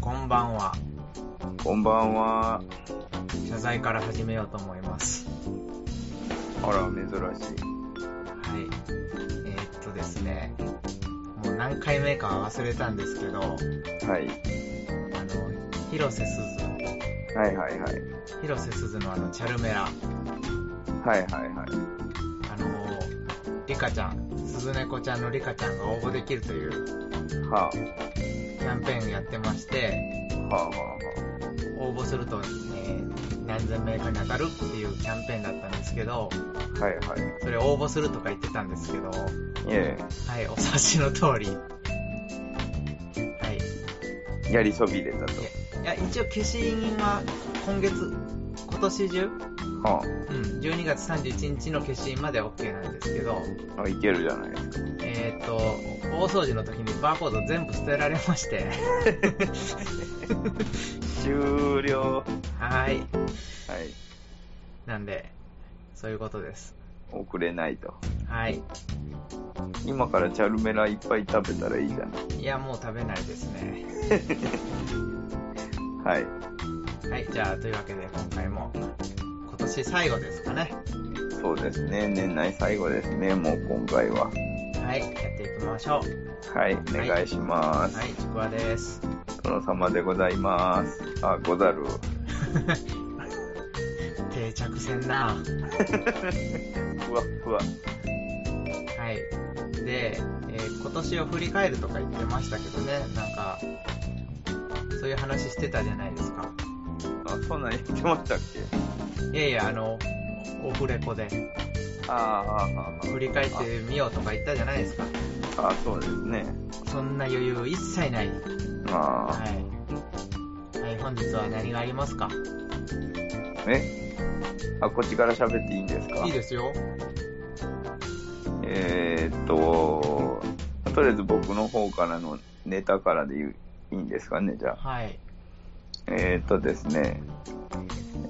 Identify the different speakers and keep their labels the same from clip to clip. Speaker 1: こんばんは。
Speaker 2: こんばんは。
Speaker 1: 謝罪から始めようと思います。
Speaker 2: あら、珍しい。
Speaker 1: はい。えーっとですね、もう何回目かは忘れたんですけど、あの、
Speaker 2: はい。
Speaker 1: 広瀬す
Speaker 2: はいはいはい。
Speaker 1: ず、広瀬すずのあの、チャルメラ、
Speaker 2: はいはいはい。
Speaker 1: あの、リカちゃん、鈴猫ちゃんのリカちゃんが応募できるという
Speaker 2: は
Speaker 1: キャンペーンやってまして、
Speaker 2: あ、はあは
Speaker 1: 応募すると、えー何千名かに当たるっていうキャンペーンだったんですけど、
Speaker 2: あはあ。はいはい。
Speaker 1: それ応募するとか言ってたんですけど、
Speaker 2: え
Speaker 1: はい、お察しの通り。はい。
Speaker 2: え、やりそびれたと。
Speaker 1: いや、一応消印は今月、今年中、
Speaker 2: は
Speaker 1: うん、12月31日の消印までは OK なんですけど、
Speaker 2: あ、あいけるじゃないですか。
Speaker 1: えっ、と、大掃除の時にバーコード全部捨てられまして、
Speaker 2: 終了。は
Speaker 1: はーい。
Speaker 2: い。
Speaker 1: なんで、そういうことです。
Speaker 2: 遅れないと。
Speaker 1: はい。
Speaker 2: 今からチャルメラいっぱい食べたらいいじゃん。
Speaker 1: いや、もう食べないですね。
Speaker 2: はい。
Speaker 1: はい、じゃあ、というわけで今回も、今年最後ですかね。
Speaker 2: そうですね。年内最後ですね。もう今回は。
Speaker 1: はい、やっていきましょ
Speaker 2: はい。お願いします。
Speaker 1: う。はい、ちくわです。
Speaker 2: 殿様でございます。あ、ござる。
Speaker 1: 定着せんな
Speaker 2: ふわっふわ。
Speaker 1: はい。で、えー今年を振り返るとか言ってましたけどね、なんか、そういう話してたじゃないですか。
Speaker 2: あ、そんなん言ってましたっけ
Speaker 1: いやいや、あの、オフレコで
Speaker 2: ああ、ああ、ああ。
Speaker 1: 振り返ってみようとか言ったじゃないですか。
Speaker 2: あ、そうですね。
Speaker 1: そんな余裕一切ない。
Speaker 2: ああ、
Speaker 1: はい。はい、本日は何がありますか
Speaker 2: えあ、こっちから喋っていいんですか
Speaker 1: いいですよ。
Speaker 2: えーっと、とりあえず僕の方からのネタからで言ういいんですかね、じゃあ。
Speaker 1: はい。
Speaker 2: えーっとですね、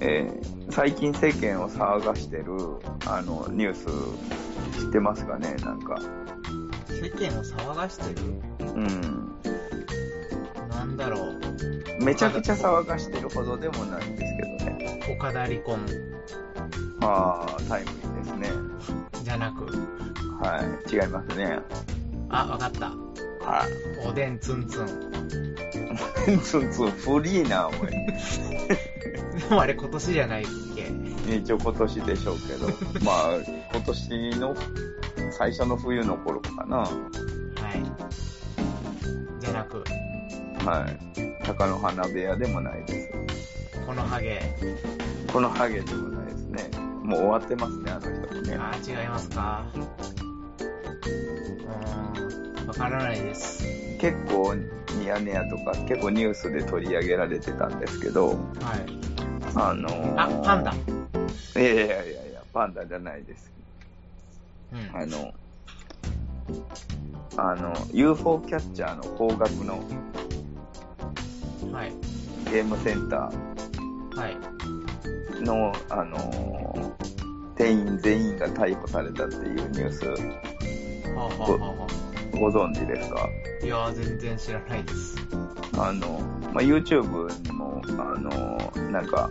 Speaker 2: えー最近世間を騒がしてる、あの、ニュース知ってますかね、なんか。
Speaker 1: 世間を騒がしてる
Speaker 2: うん。
Speaker 1: なんだろう。
Speaker 2: めちゃくちゃ騒がしてるほどでもないんですけどね。
Speaker 1: 岡田離婚
Speaker 2: ああ、タイムリーですね。
Speaker 1: じゃなく。
Speaker 2: はい。違いますね。
Speaker 1: あ、わかった。
Speaker 2: はい。
Speaker 1: おでんツンツン。
Speaker 2: そうそう、フリーな、おい。
Speaker 1: でもあれ今年じゃないっけ
Speaker 2: 一応今年でしょうけど、 まあ、今年の最初の冬の頃かな。
Speaker 1: はい。じゃなく、
Speaker 2: はい。鷹の花部屋でもないです。
Speaker 1: このハゲ。
Speaker 2: このハゲでもないですね。もう終わってますね、あの人もね。
Speaker 1: あー違いますか。うーん、わからないです。
Speaker 2: 結構、ニヤニヤとか、結構ニュースで取り上げられてたんですけど、
Speaker 1: はい。
Speaker 2: あのー
Speaker 1: あ、パンダ。
Speaker 2: いやいやいやいや、パンダじゃないです。
Speaker 1: うん。
Speaker 2: あの、あの、UFO キャッチャーの高額の
Speaker 1: はい。
Speaker 2: ゲームセンター、
Speaker 1: はい。
Speaker 2: の、あのー店員全員が逮捕されたっていうニュース、
Speaker 1: はあ、はあはあは
Speaker 2: ご存知ですか
Speaker 1: あ、いやー、全然知らないです。
Speaker 2: あの、まあ、YouTube にも、あのーなんか、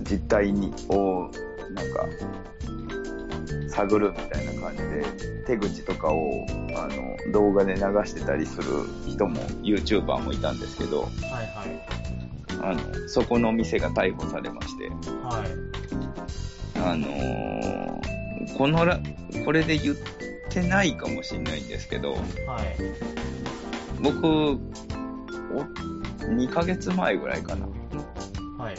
Speaker 2: 実態に、を、なんか、探るみたいな感じで、手口とかを、あの、動画で流してたりする人も、YouTuber もいたんですけど、
Speaker 1: はいはい。
Speaker 2: あの、そこの店が逮捕されまして、
Speaker 1: はい。
Speaker 2: あのーこのら、これで言ってないかもしれないんですけど、
Speaker 1: はい。
Speaker 2: 僕、お2ヶ月前ぐらいかな。
Speaker 1: はい。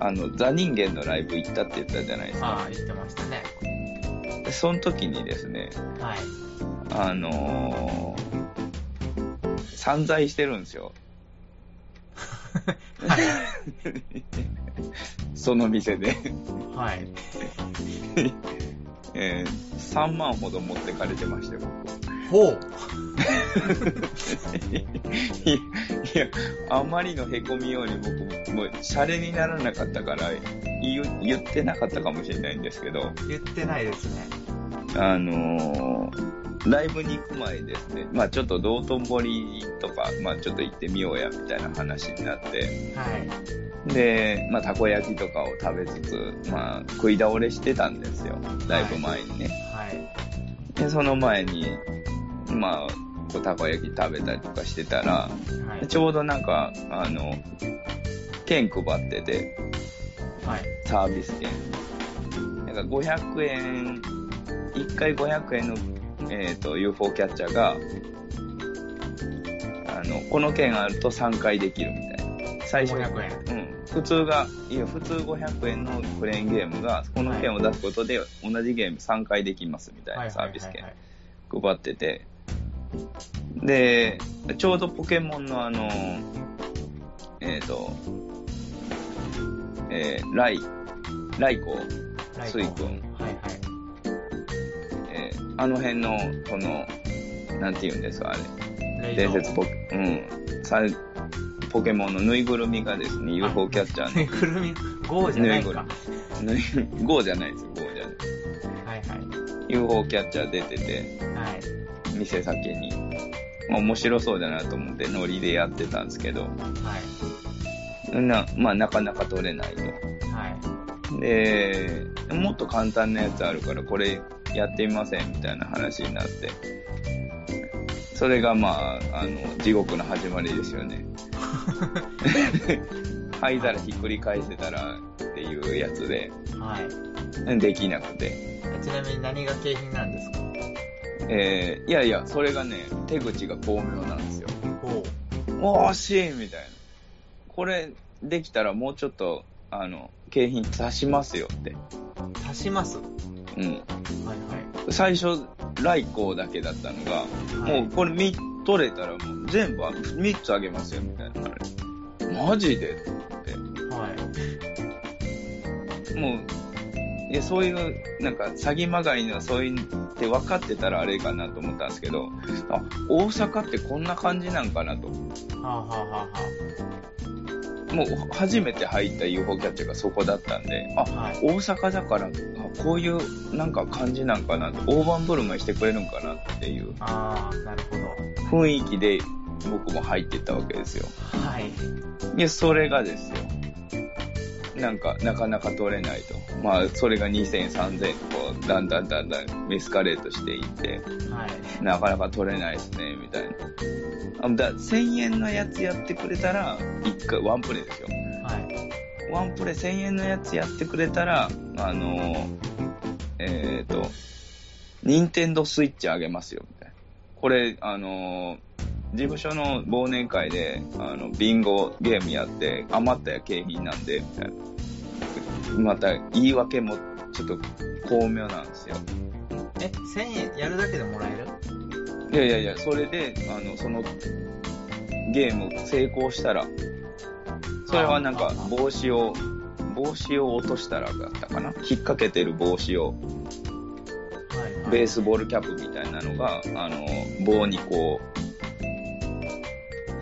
Speaker 2: あの、ザ人間のライブ行ったって言ったじゃないですか。
Speaker 1: ああ、言ってましたね。
Speaker 2: でその時にですね、
Speaker 1: はい。
Speaker 2: あのー散財してるんですよ。 その店で、
Speaker 1: はい。
Speaker 2: えー3万ほど持ってかれてまして、僕。
Speaker 1: ほう。
Speaker 2: いや、いやあまりのへこみように僕もう、シャレにならなかったから言う、言ってなかったかもしれないんですけど、
Speaker 1: 言ってないですね。
Speaker 2: あのーライブに行く前ですね、まあちょっと道頓堀とか、まあちょっと行ってみようやみたいな話になって、
Speaker 1: はい。
Speaker 2: で、まあたこ焼きとかを食べつつ、まあ食い倒れしてたんですよ、ライブ前にね。
Speaker 1: はい。
Speaker 2: で、その前に、まあ、こうたこ焼き食べたりとかしてたら、
Speaker 1: はい。
Speaker 2: ちょうどなんか、あの、券配ってて、
Speaker 1: はい。
Speaker 2: サービス券。なんか500円、1回500円の、えー、と UFO キャッチャーが、あの、この券あると3回できるみたいな。最初、
Speaker 1: 500円。
Speaker 2: うん、普通が、いや、普通500円のクレーンゲームが、この券を出すことで同じゲーム3回できますみたい
Speaker 1: はい。
Speaker 2: なサービス
Speaker 1: はい
Speaker 2: 券
Speaker 1: は。い
Speaker 2: 配ってて、で、ちょうどポケモンのあの、えっ、と、えーライ、ライコ、
Speaker 1: はい。
Speaker 2: スイ君、
Speaker 1: はいはい。
Speaker 2: えーあの辺の、その、なんて言うんですか、あれ、
Speaker 1: 冷
Speaker 2: 伝
Speaker 1: 蔵
Speaker 2: 説ポケ、うん、さポケモンのぬいぐるみがですね、UFO キャッチャー
Speaker 1: ぬいぐるみ、ゴーじゃないか。は
Speaker 2: の、ぬい GO じゃないですよ、GO じゃな
Speaker 1: い
Speaker 2: い。
Speaker 1: は
Speaker 2: UFO キャッチャー出てて、
Speaker 1: い。はい。
Speaker 2: 店先に。まあ面白そうだなと思ってノリでやってたんですけど、
Speaker 1: はい。
Speaker 2: な、まあ、なかなか取れない
Speaker 1: はい。
Speaker 2: と。で、もっと簡単なやつあるから、これやってみませんみたいな話になって。それが、まあ、あの、地獄の始まりですよね。灰皿ひっくり返せたらっていうやつで、
Speaker 1: はい。
Speaker 2: できなくて。
Speaker 1: ちなみに何が景品なんですか
Speaker 2: えーいやいや、それがね、手口が巧妙なんですよ。
Speaker 1: お
Speaker 2: おー、惜しいみたいな。これ、できたらもうちょっと、あの、景品足しますよって。
Speaker 1: 足します。は
Speaker 2: うん。
Speaker 1: いは
Speaker 2: 最初、ライコーだけだったのが、
Speaker 1: い。はい
Speaker 2: もうこれみ取れたらもう全部あ3つあげますよみたいなのあれマジで
Speaker 1: はい。
Speaker 2: もう、いやそういう、なんか詐欺まがいのそういうって分かってたらあれかなと思ったんですけど、あ、大阪ってこんな感じなんかなと。
Speaker 1: はあ、はあは
Speaker 2: もう初めて入った UFO キャッチャーがそこだったんで、あ
Speaker 1: あ、はあ、はい。
Speaker 2: 大阪だから、あこういうなんか感じなんかなと、大盤振る舞いしてくれるんかなっていう
Speaker 1: ああ、なるほど。
Speaker 2: 雰囲気で僕も入ってったわけですよ。
Speaker 1: はい。
Speaker 2: で、それがですよ。なんか、なかなか取れないと。まあ、それが2000、3000、こう、だんだんだんだんエスカレートしていって、
Speaker 1: はい。
Speaker 2: なかなか取れないですね、みたいな。あだ1000円のやつやってくれたら、1回、ワンプレイですよ。
Speaker 1: はい。
Speaker 2: ワンプレイ1000円のやつやってくれたら、あのーえっ、と、任天堂スイッチあげますよ、みたいな。これ、あのー事務所の忘年会で、あの、ビンゴゲームやって、余ったや景品なんで、みたいな。また、言い訳も、ちょっと、巧妙なんですよ。
Speaker 1: え、1000円やるだけでもらえる
Speaker 2: いやいやいや、それで、あの、その、ゲーム成功したら、それはなん
Speaker 1: あ
Speaker 2: か
Speaker 1: ーあー
Speaker 2: 帽子を、帽子を落としたらだったかな引っ掛けてる帽子を、
Speaker 1: はい、はい。
Speaker 2: ベースボールキャップみたいなのが、あの、棒にこう、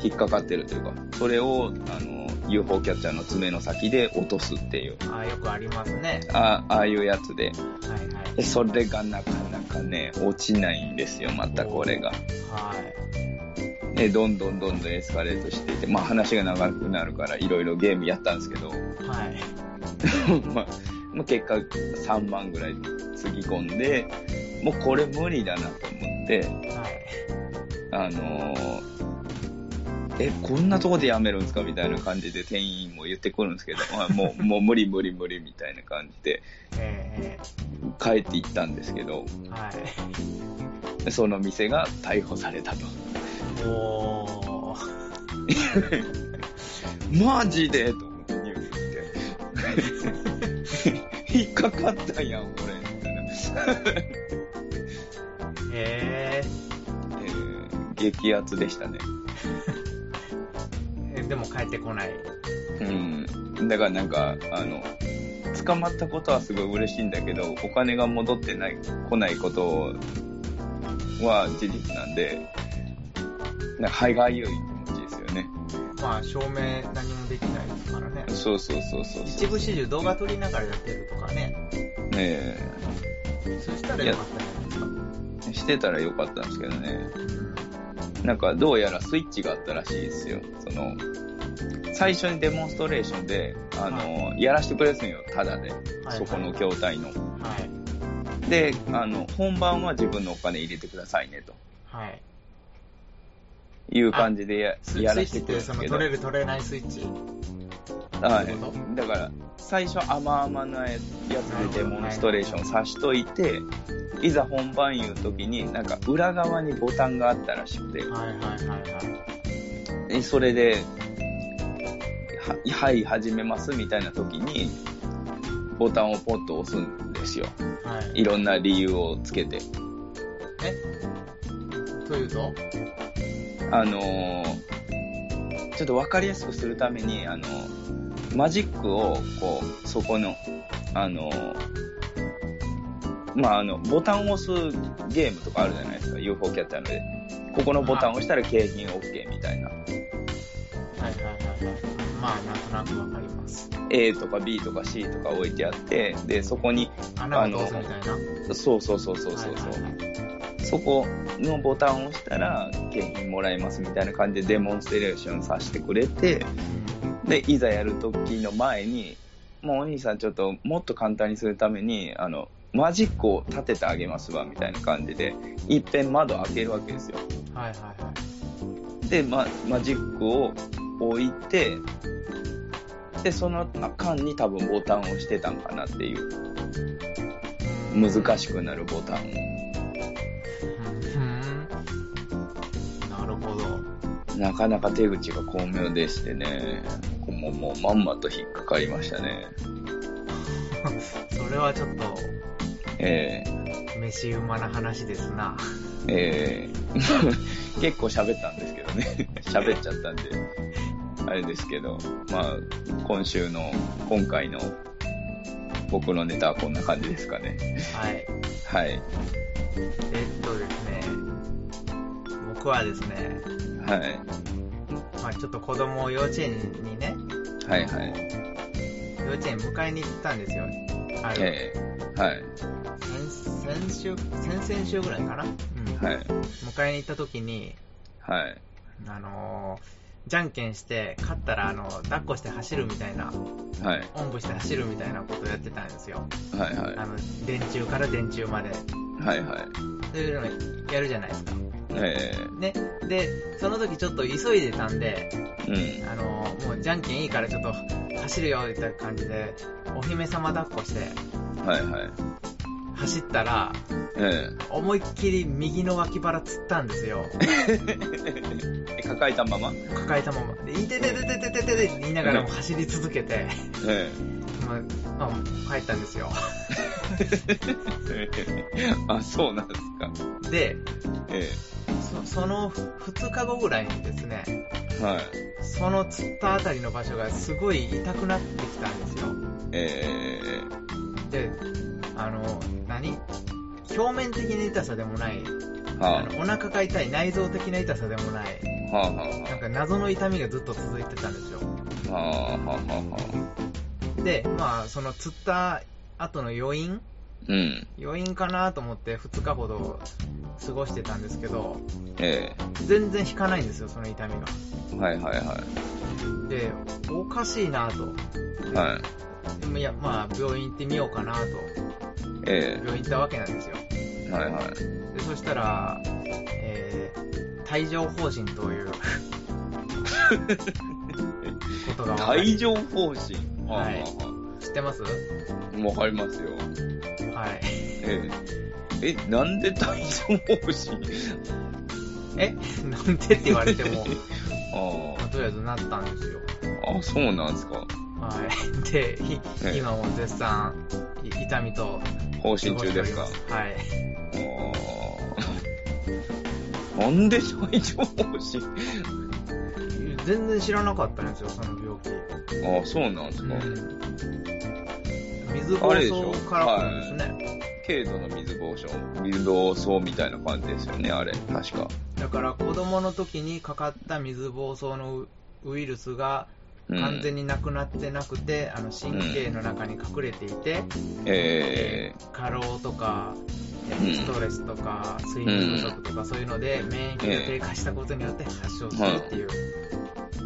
Speaker 2: 引っ掛かってるというか、それを、あの、UFO キャッチャーの爪の先で落とすっていう、
Speaker 1: ああ、よくありますね。
Speaker 2: あああいうやつで、
Speaker 1: はいはい。
Speaker 2: でそれがなかなかね、落ちないんですよ、またこれが。
Speaker 1: はい。
Speaker 2: ね、どんどんどんどんエスカレートしていて、まあ話が長くなるからいろいろゲームやったんですけど、
Speaker 1: はい。
Speaker 2: まあ、まあ結果3万ぐらいつぎ込んで、もうこれ無理だなと思って、
Speaker 1: はい。
Speaker 2: あのーえ、こんなとこでやめるんですかみたいな感じで店員も言ってくるんですけど、まあ、もう、もう 無理無理無理みたいな感じで
Speaker 1: え
Speaker 2: 帰っていったんですけ
Speaker 1: ー、
Speaker 2: ど、
Speaker 1: えー、はい。
Speaker 2: その店が逮捕されたと。
Speaker 1: おー。
Speaker 2: マジでと思ってニュース見て。 引っかかったやん、これ。みたいな。
Speaker 1: え
Speaker 2: えー激アツでしたね。
Speaker 1: ー、えでも帰ってこない。
Speaker 2: うん。だからなんか、あの、捕まったことはすごい嬉しいんだけど、お金が戻ってない、来ないことは事実なんで、なんか、肺がゆい気持ちですよね。
Speaker 1: まあ、証明何もできないですからね。
Speaker 2: そうそうそうそうそ
Speaker 1: 一
Speaker 2: う。
Speaker 1: 部始終動画撮りながらやってるとかね。
Speaker 2: ねえ
Speaker 1: そしたらよかったじゃないですか。
Speaker 2: えしてたらよかったんですけどね。なんかどうやらスイッチがあったらしいですよ。その、最初にデモンストレーションで、あの、やらせてくれるんよ、ただで。そこの筐体の。
Speaker 1: はい
Speaker 2: で、あの、本番は自分のお金入れてくださいね、と
Speaker 1: はい
Speaker 2: いう感じでや
Speaker 1: スイ
Speaker 2: やら
Speaker 1: ッ
Speaker 2: せ
Speaker 1: チ
Speaker 2: て
Speaker 1: っ
Speaker 2: くれ
Speaker 1: て
Speaker 2: るんで
Speaker 1: そ
Speaker 2: す
Speaker 1: の
Speaker 2: けど。
Speaker 1: 取れる取れないスイッチ
Speaker 2: は
Speaker 1: ってこ
Speaker 2: い。だから、最初甘々なやつでデモンストレーションさしといて、いざ本番いう時に、なんか裏側にボタンがあったらしくて、
Speaker 1: はいはいはいはい
Speaker 2: でそれで、ははい、始めますみたいな時に、ボタンをポッと押すんですよ。
Speaker 1: はい
Speaker 2: いろんな理由をつけて。
Speaker 1: というと
Speaker 2: あのー、ちょっとわかりやすくするために、あのーマジックを、こう、そこの、あのー、まあ、あの、ボタンを押すゲームとかあるじゃないですか、UFO キャッチャーので。ここのボタンを押したら景品 OK みたいな。
Speaker 1: はいはいはいはいまあなんとなくわかります
Speaker 2: A とか B とか C とか置いてあって、で、そこに、
Speaker 1: 穴を通すみたいな
Speaker 2: そうそうそうそうそうそう。
Speaker 1: はいはいはい
Speaker 2: そこのボタンを押したら景品もらえますみたいな感じでデモンストレーションさせてくれて、で、いざやる時の前に、もうお兄さんちょっともっと簡単にするために、あの、マジックを立ててあげますわみたいな感じで、いっぺん窓開けるわけですよ。
Speaker 1: はいはいはい
Speaker 2: で、ま、マジックを置いて、で、その間に多分ボタンを押してたんかなっていう、難しくなるボタンを。
Speaker 1: うんなるほど
Speaker 2: なかなか手口が巧妙でしてね、もうもうまんまと引っかかりましたね。
Speaker 1: それはちょっと
Speaker 2: え
Speaker 1: 飯馬な話ですな
Speaker 2: ええ え結構喋ったんですけどね。 喋っちゃったんで、あれですけど、まあ、今週の、今回の僕のネタはこんな感じですかね。
Speaker 1: はい
Speaker 2: はい。
Speaker 1: えっとですね僕はですね、
Speaker 2: はい。
Speaker 1: まあ、ちょっと子供を幼稚園にね
Speaker 2: はいはい。
Speaker 1: 幼稚園迎えに行ったんですよある
Speaker 2: ええはい。
Speaker 1: 先先週先々週ぐらいかな、うん
Speaker 2: はい。
Speaker 1: 迎えに行った時に
Speaker 2: はい。
Speaker 1: あのーじゃんけんして勝ったらあの抱っこして走るみたいな
Speaker 2: はい。
Speaker 1: おんぶして走るみたいなことをやってたんですよ
Speaker 2: はいはい。
Speaker 1: あの電柱から電柱まで
Speaker 2: はいはい。
Speaker 1: そういうのやるじゃないですか
Speaker 2: え
Speaker 1: ねでその時ちょっと急いでたんで
Speaker 2: えうん。
Speaker 1: あのーもうじゃんけんいいからちょっと走るよみたいな感じでお姫様抱っこして
Speaker 2: はいはい。
Speaker 1: 走ったら
Speaker 2: え
Speaker 1: 思いっきり右の脇腹つったんですよ
Speaker 2: ええ抱えたまま
Speaker 1: 抱えたままで「いてててててててて」って言いながらも走り続けて、
Speaker 2: ええ
Speaker 1: まあまあ、帰ったんですよ
Speaker 2: あ、そうなんですか。
Speaker 1: で
Speaker 2: え
Speaker 1: そその2日後ぐらいにですね
Speaker 2: えはい。
Speaker 1: そのつったあたりの場所がすごい痛くなってきたんですよ
Speaker 2: え
Speaker 1: であの何表面的な痛さでもない
Speaker 2: えは
Speaker 1: あのお腹が痛い内臓的な痛さでもない
Speaker 2: あ、はあ、は
Speaker 1: なんか謎の痛みがずっと続いてたんですよ
Speaker 2: あ、はあ、はあ、はあ、はあ。
Speaker 1: でまあそのつった後の余韻
Speaker 2: うん。
Speaker 1: 余韻かなと思って2日ほど過ごしてたんですけど
Speaker 2: え
Speaker 1: 全然引かないんですよその痛みが
Speaker 2: えはいはいは
Speaker 1: でおかしいなと
Speaker 2: い。はい。
Speaker 1: でもいやまあ病院行ってみようかなと
Speaker 2: え
Speaker 1: 病院行ったわけなんですよ
Speaker 2: えはいはい。
Speaker 1: でそしたら、えー、帯状疱疹ということ が分かり
Speaker 2: 帯状疱疹。
Speaker 1: はい
Speaker 2: ああ
Speaker 1: 知ってますは
Speaker 2: あわかりますよ。
Speaker 1: い
Speaker 2: えええ、なんで帯状疱疹
Speaker 1: えなんでって言われても、
Speaker 2: あ
Speaker 1: まあとりあえずなったんですよ
Speaker 2: あ、あ、そうなんですか。
Speaker 1: はい でひ
Speaker 2: ええ
Speaker 1: 今も絶賛い痛みと
Speaker 2: 疱疹中です
Speaker 1: 過
Speaker 2: か。
Speaker 1: ごしておりますはい
Speaker 2: ああ。なんで帯状疱疹
Speaker 1: 全然知らなかったんですよその病気、
Speaker 2: ああ、そうなんですか。
Speaker 1: うん、水暴走から来るんですね、
Speaker 2: 軽度の水暴走、水暴走みたいな感じですよね、あれ、確か。
Speaker 1: だから子供の時にかかった水暴走のウウイルスが
Speaker 2: うん
Speaker 1: 完全になくなってなくて、あの神経の中に隠れていて、
Speaker 2: え
Speaker 1: 過労とか、え
Speaker 2: うん
Speaker 1: ストレスとか、睡眠不足とかそういうので、免疫が低下したことによって発症するっていう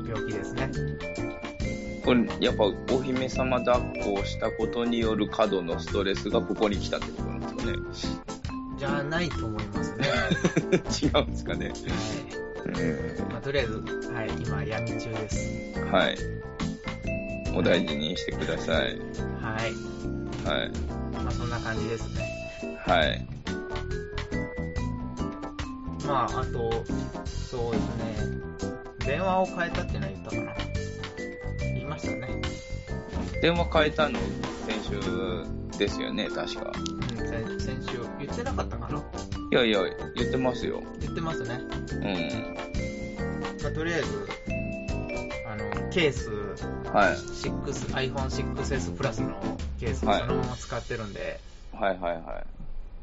Speaker 1: 病気ですね。
Speaker 2: ー、これやっぱお姫様抱っこをしたことによる過度のストレスがここに来たってことな んです
Speaker 1: じゃないと思います ね。
Speaker 2: かね違うんですかね、
Speaker 1: はい
Speaker 2: え
Speaker 1: まあ、とりあえず、はい、今闇中です。
Speaker 2: ー、はいお大事にしてください
Speaker 1: はい。
Speaker 2: はい
Speaker 1: まあそんな感じですね。
Speaker 2: はい
Speaker 1: まあ、あと、そうですね。電話を変えたっていうのは言ったかな。言いましたね。
Speaker 2: 電話変えたの先週ですよね確か
Speaker 1: うん、先先週。言ってなかったかない
Speaker 2: やいや言ってますよ
Speaker 1: 言ってますね。
Speaker 2: うん
Speaker 1: まあ、とりあえず、あの、ケース、
Speaker 2: はい
Speaker 1: 6 iPhone6S プラスのケースを
Speaker 2: はい
Speaker 1: そのまま使ってるんで、
Speaker 2: はいはいは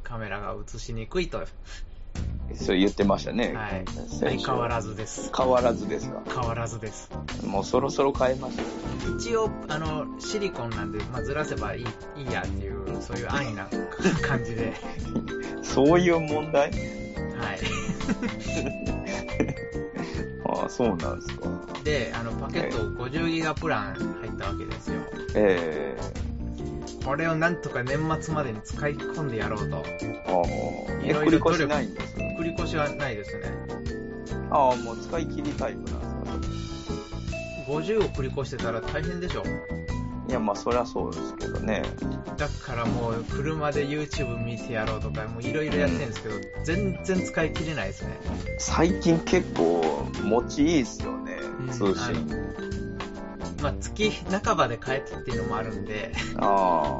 Speaker 1: カメラが映しにくいと、はい
Speaker 2: それ言ってましたね、
Speaker 1: い。
Speaker 2: 先
Speaker 1: 相
Speaker 2: 週
Speaker 1: 変わらずです。
Speaker 2: 変わらずですか
Speaker 1: 変わらずです。
Speaker 2: もうそろそろ変えますよ
Speaker 1: 一応、あの、シリコンなんで、まあ、ずらせばいい、いいやっていう、そういう安易 な感じで、
Speaker 2: そういう問
Speaker 1: は
Speaker 2: 題
Speaker 1: い。
Speaker 2: ああそうなんですか
Speaker 1: で、あの、パケットを50ギガプラン入ったわけですよ。
Speaker 2: え
Speaker 1: これをなんとか年末までに使い込んでやろうと。
Speaker 2: えああ
Speaker 1: い
Speaker 2: え
Speaker 1: ろ
Speaker 2: 繰
Speaker 1: い
Speaker 2: り
Speaker 1: ろ
Speaker 2: 越しないんです
Speaker 1: 繰り越しはないですね。
Speaker 2: ああもう使い切りタイプなんですか
Speaker 1: 50を繰り越してたら大変でしょ。
Speaker 2: いやまあそりゃそうですけどね
Speaker 1: だからもう、車で YouTube 見てやろうとか、もういろいろやってるんですけど、全然使い切れないですね。
Speaker 2: 最近結構持ちいいですよね
Speaker 1: ん
Speaker 2: 通信
Speaker 1: まあ、月半ばで帰ってっていうのもあるんで、
Speaker 2: ああ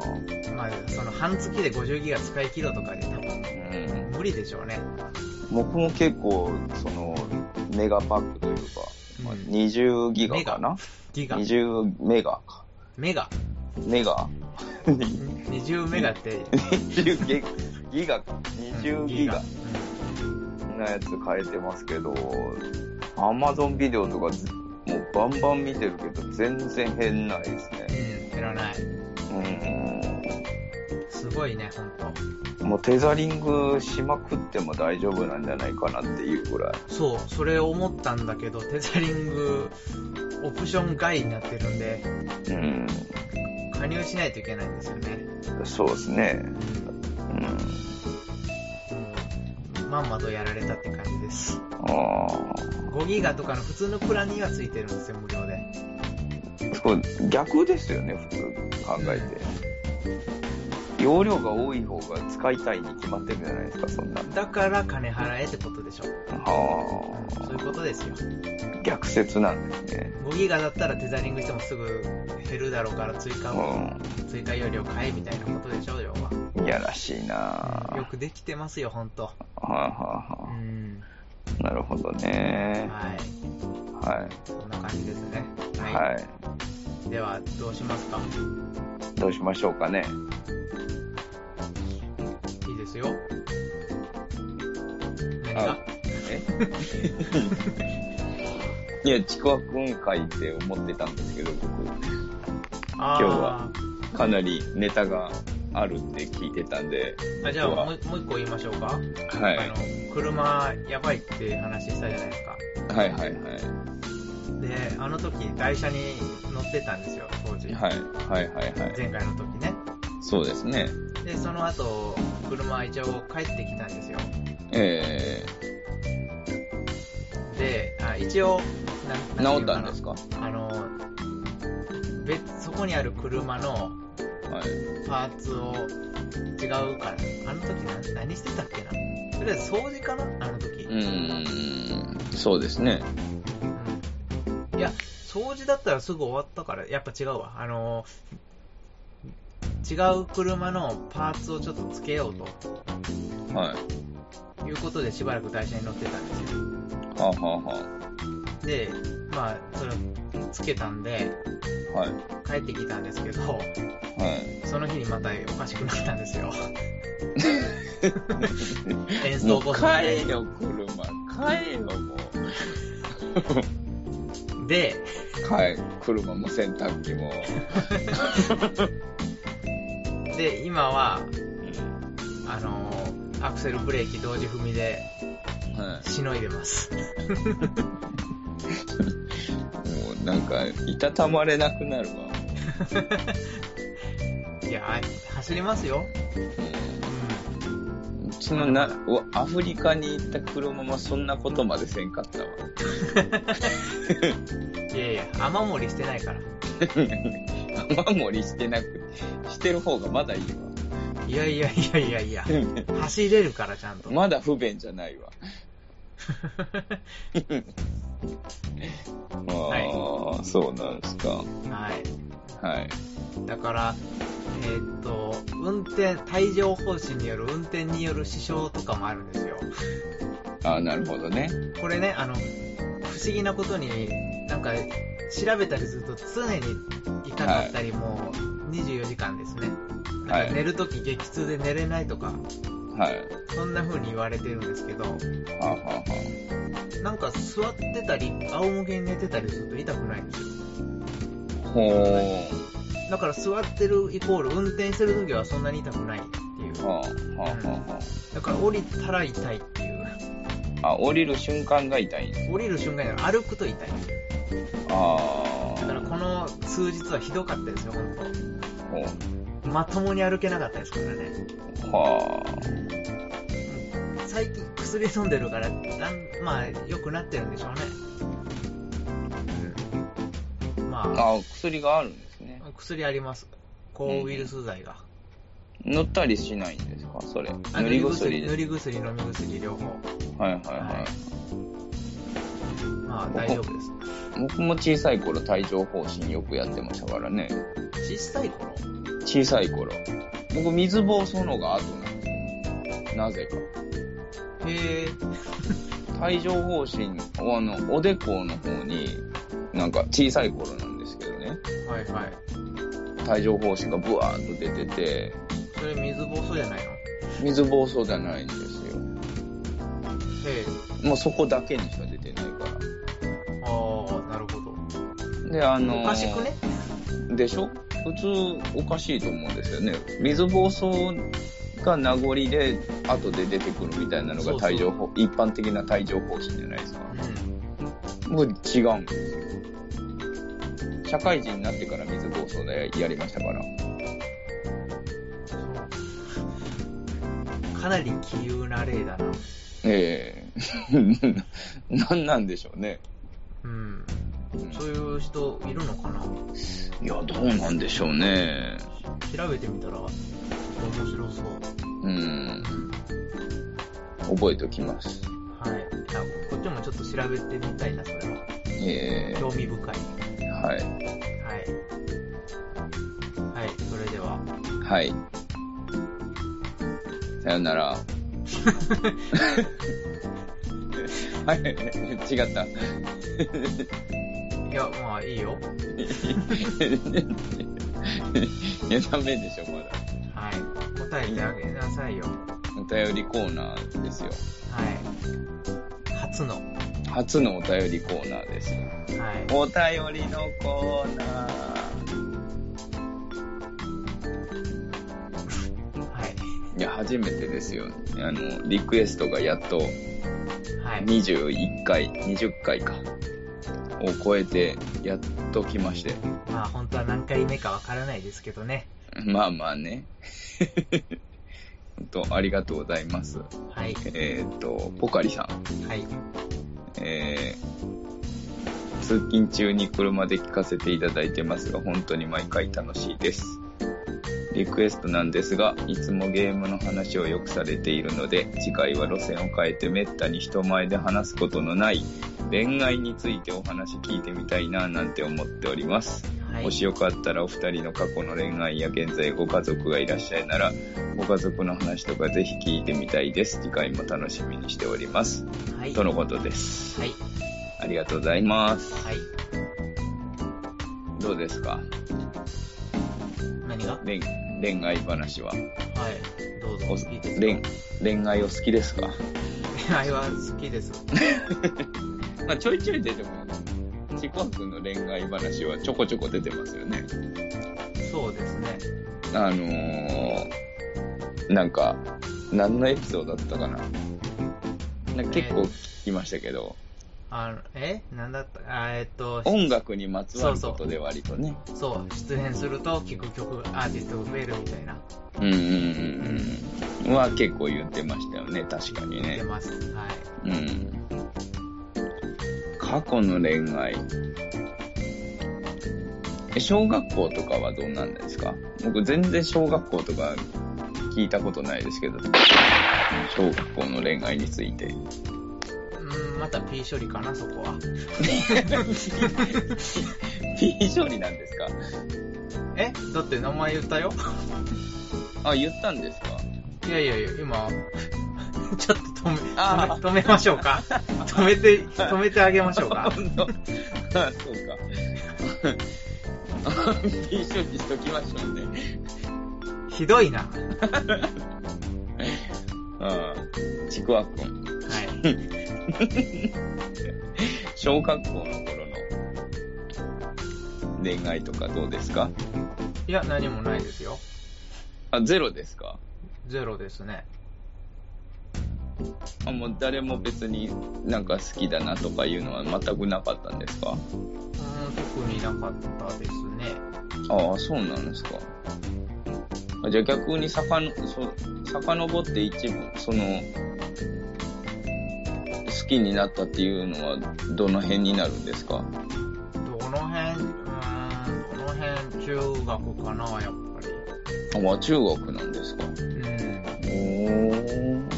Speaker 1: まあ、その半月で50ギガ使い切ろうとかで多分
Speaker 2: うん
Speaker 1: 無理でしょうね。
Speaker 2: 僕も結構そのメガパックというか、まあ
Speaker 1: うん
Speaker 2: 20ギガかな
Speaker 1: ギガ、
Speaker 2: 20メガか
Speaker 1: メガ、
Speaker 2: メガ
Speaker 1: 20メガって、
Speaker 2: 20ギガギガか20ギガ
Speaker 1: うん
Speaker 2: なやつ変えてますけど、Amazon ビデオとかずもうバンバン見てるけど、全然変ないですね。
Speaker 1: うん、減らない。
Speaker 2: う
Speaker 1: すごいね、ほんと。
Speaker 2: ん。もうテザリングしまくっても大丈夫なんじゃないかなっていうぐらい。
Speaker 1: そう、それ思ったんだけど、テザリング、オプション外になってるんで、
Speaker 2: うん。
Speaker 1: 加入しないといけないんですよね。
Speaker 2: そうですね。
Speaker 1: うん。
Speaker 2: うん。
Speaker 1: もう、まんまとやられたって感じです。
Speaker 2: ああ。
Speaker 1: 5ギガとかの普通のプランにはついてるんですよ、無料で。
Speaker 2: そう、逆ですよね、普通考えて。容量が多い方が使いたいに決まってるじゃないですか、そんなん。
Speaker 1: だから金払えってことでしょ。
Speaker 2: は
Speaker 1: そういうことですよ。
Speaker 2: あ。逆説なんですね。
Speaker 1: 5ギガだったらテザリングしてもすぐ減るだろうから追加を、
Speaker 2: う
Speaker 1: 追加容量買えみたいなことでしょ、要は。
Speaker 2: ん。いやらしいなあ
Speaker 1: よくできてますよ、ほんと。
Speaker 2: はいは
Speaker 1: う
Speaker 2: いは
Speaker 1: ん。
Speaker 2: い。なるほどね。
Speaker 1: はい。
Speaker 2: は
Speaker 1: そんな感じですね。
Speaker 2: い。
Speaker 1: はい。
Speaker 2: は
Speaker 1: では、どうしますか
Speaker 2: い。どうしましょうかね。
Speaker 1: いいですよ。何が
Speaker 2: え いや、ちくわくん会って思ってたんですけど、
Speaker 1: あ
Speaker 2: 今日は僕、かなりネタがあるって聞いてたんで、
Speaker 1: あじゃあ
Speaker 2: 今日は
Speaker 1: もう、もう一個言いましょうか。
Speaker 2: はい。
Speaker 1: あの、車、やばいって話したじゃないですか。
Speaker 2: はいはいはい。
Speaker 1: で、あの時、台車に乗ってたんですよ、当時。
Speaker 2: はいはいはいはい。
Speaker 1: 前回の時ね。
Speaker 2: そうですね。
Speaker 1: で、その後、車一応帰ってきたんですよ。
Speaker 2: え
Speaker 1: で、あ一応、
Speaker 2: ー、
Speaker 1: な
Speaker 2: 治ったんです
Speaker 1: か
Speaker 2: かは
Speaker 1: あの、別、そこにある車の、パーツを違うから、あの時何何してたっけなとりあえず掃除かなあの時。
Speaker 2: い。うーん、そうですね。
Speaker 1: うんいや、掃除だったらすぐ終わったから、やっぱ違うわ。あのー違う車のパーツをちょっとつけようと
Speaker 2: はい。
Speaker 1: いうことでしばらく台車に乗ってたんですよ。
Speaker 2: はあ、はあ
Speaker 1: で、まあ、それをつけたんで、
Speaker 2: はあ、はい。
Speaker 1: 帰ってきたんですけど、
Speaker 2: はい。
Speaker 1: その日にまたおかしくなったんです よ。演奏
Speaker 2: もう
Speaker 1: ボス
Speaker 2: 買えよ、車。買えよ、もう。
Speaker 1: で、
Speaker 2: はい。車も洗濯機も。
Speaker 1: で、今は、あのーアクセルブレーキ同時踏みで
Speaker 2: は
Speaker 1: しのいでます。
Speaker 2: い。もうなんか、いたたまれなくなるわ。
Speaker 1: いや、あ走りますよ。
Speaker 2: うんそのな、おアフリカに行った車もそんなことまでせんかったわ。
Speaker 1: いやいや、雨漏りしてないから。
Speaker 2: 雨漏りしてなく、してる方がまだいいわ。
Speaker 1: いやいやいやいやいや、 走れるからちゃんと。
Speaker 2: まだ不便じゃない わ。ああ、そうなんですか。
Speaker 1: はい。
Speaker 2: はい。
Speaker 1: だから、えーっと、運転、帯状方針による運転による支障とかもあるんですよ。
Speaker 2: ああ、なるほどね。
Speaker 1: これね、あの、不思議なことに、なんか、調べたりすると常に痛かったり、もう24時間ですね。なん
Speaker 2: は
Speaker 1: か
Speaker 2: い
Speaker 1: 寝るとき激痛で寝れないとか、
Speaker 2: はい。
Speaker 1: そんな風に言われてるんですけど、
Speaker 2: はあ、はあは
Speaker 1: なんか座ってたり、仰向けに寝てたりすると痛くないんですよ。
Speaker 2: あ、ほう。
Speaker 1: だから座ってるイコール運転してるときはそんなに痛くないっていう。
Speaker 2: はあ、はあ、は
Speaker 1: だから降りたら痛いっていう。
Speaker 2: あ。あ、降りる瞬間が痛いんや
Speaker 1: 降りる瞬間に歩くと痛い。
Speaker 2: あ
Speaker 1: だからこの数日はひどかったですよ、ほん
Speaker 2: あ、ほ
Speaker 1: と。まともに歩けなかったですからね。
Speaker 2: う。はあ。
Speaker 1: 最近薬飲んでるから、だんまあ、良くなってるんでしょうね。ま
Speaker 2: あ薬があるんですね。
Speaker 1: あ、薬あります。抗ウイルス剤が。
Speaker 2: 塗ったりしないんですかそれ。
Speaker 1: あ
Speaker 2: 塗り薬で
Speaker 1: 塗
Speaker 2: す。
Speaker 1: り薬、飲み薬、両方。
Speaker 2: はいはいは
Speaker 1: まあ、大丈夫です。
Speaker 2: い。僕も小さい頃帯状疱疹よくやってましたからね。
Speaker 1: 小さい頃
Speaker 2: 小さい頃。僕水疱瘡の方が後なんですよ。なぜか。
Speaker 1: へえ。
Speaker 2: 帯状疱疹をあの、おでこの方に、なんか小さい頃なんですけどね。
Speaker 1: はいはい。
Speaker 2: 帯状疱疹がブワーっと出てて、
Speaker 1: それ水疱瘡じゃないのへ
Speaker 2: 水疱瘡じゃないんですよ。
Speaker 1: え。
Speaker 2: もうそこだけにしか出てないか
Speaker 1: ああ、なるほど。
Speaker 2: ら。で、あのー
Speaker 1: おかしくね
Speaker 2: でしょ普通おかしいと思うんですよね。水疱瘡が名残で後で出てくるみたいなのが帯状疱一般的な帯状疱疹じゃないですか。
Speaker 1: うん。
Speaker 2: 僕違うんですよ。社会人になってから水疱瘡でやりましたから。
Speaker 1: かなり奇遇な例だな。
Speaker 2: ええ なんなんでしょうね。
Speaker 1: うん。
Speaker 2: うん
Speaker 1: そういう人いるのかない
Speaker 2: や、どうなんでしょうね。
Speaker 1: 調べてみたら面白そう。
Speaker 2: うん。覚えておきます。
Speaker 1: はい。あこっちもちょっと調べてみたいな、それは。
Speaker 2: ええ
Speaker 1: 興味深い。はい。
Speaker 2: はい。
Speaker 1: はい、それでは。
Speaker 2: はい。さよなら。 はい。違った。
Speaker 1: い や、まあいいよ。
Speaker 2: いや、ダメでしょ、まだ。
Speaker 1: はい。答えてあげなさいよ。
Speaker 2: お便りコーナーですよ。
Speaker 1: はい。初の。は
Speaker 2: 初のお便りコーナーです。
Speaker 1: い。
Speaker 2: お便りのコーナー。
Speaker 1: はい。
Speaker 2: いや、初めてですよ。あの、リクエストがやっと
Speaker 1: はい。
Speaker 2: 21回、20回か、を超えて、やっと来まして。
Speaker 1: まあ本当は何回目かわからないですけどね。
Speaker 2: まあまあね。 本当、ありがとうございます。
Speaker 1: はい。
Speaker 2: えーっ、と、ポカリさん。
Speaker 1: はい。
Speaker 2: えー通勤中に車で聞かせていただいてますが、本当に毎回楽しいです。リクエストなんですが、いつもゲームの話をよくされているので、次回は路線を変えてめったに人前で話すことのない恋愛についてお話聞いてみたいななんて思っております。
Speaker 1: はい。
Speaker 2: もしよかったらお二人の過去の恋愛や現在ご家族がいらっしゃいなら、ご家族の話とかぜひ聞いてみたいです。次回も楽しみにしております。
Speaker 1: はい。
Speaker 2: と
Speaker 1: はい。
Speaker 2: のことです。
Speaker 1: はい。
Speaker 2: ありがとうございます。どうですか
Speaker 1: 何がは
Speaker 2: 恋恋愛話は。
Speaker 1: い。どうぞ
Speaker 2: お。
Speaker 1: いいです
Speaker 2: 恋
Speaker 1: か
Speaker 2: 恋愛を好きですか
Speaker 1: 恋愛は好きです。
Speaker 2: まあちょいちょい出てもちこわくんの恋愛話はちょこちょこ出てますよね。
Speaker 1: そうですね。
Speaker 2: あのー、なんか、何のエピソードだったかな。なんか結構聞きましたけど、
Speaker 1: あの、えなんだったあーえっと、
Speaker 2: 音楽にまつわることで割とね。
Speaker 1: そう、出演すると聴く曲、アーティストが増えるみたいな、
Speaker 2: うんうんうんうん。は結構言ってましたよね、確かに
Speaker 1: 出
Speaker 2: ね。
Speaker 1: ます。はい。
Speaker 2: うん。過去の恋愛。え小学校とかはどうなんですか僕全然小学校とか聞いたことないですけど、小学校の恋愛について。
Speaker 1: うん、また P 処理かな、そこは。
Speaker 2: P 処理なんですか
Speaker 1: えだって名前言ったよ
Speaker 2: あ、言ったんですか
Speaker 1: いやいやいや、今、 ちょっと止め、
Speaker 2: あー
Speaker 1: 止め止めましょうか。止めて、止めてあげましょうか。
Speaker 2: 本当 あ、そうか。P 処理しときましょうね。
Speaker 1: ひどいな。は
Speaker 2: うん。ちくわくん。
Speaker 1: い。
Speaker 2: 小学校の頃の恋愛とかどうですか
Speaker 1: いや、何もないですよ。
Speaker 2: あ、ゼロですか
Speaker 1: ゼロですね。
Speaker 2: あ、もう誰も別になんか好きだなとかいうのは全くなかったんですか
Speaker 1: うん、特になかったですね。
Speaker 2: ああ、そうなんですか。あじゃあ逆にさかの、そう遡って一部、その、好きになったっていうのはどの辺になるんですか
Speaker 1: どの辺、うーん、どの辺、中学かな、やっぱり。
Speaker 2: あ、まあ中学なんですか。
Speaker 1: うん。
Speaker 2: おー。ああ、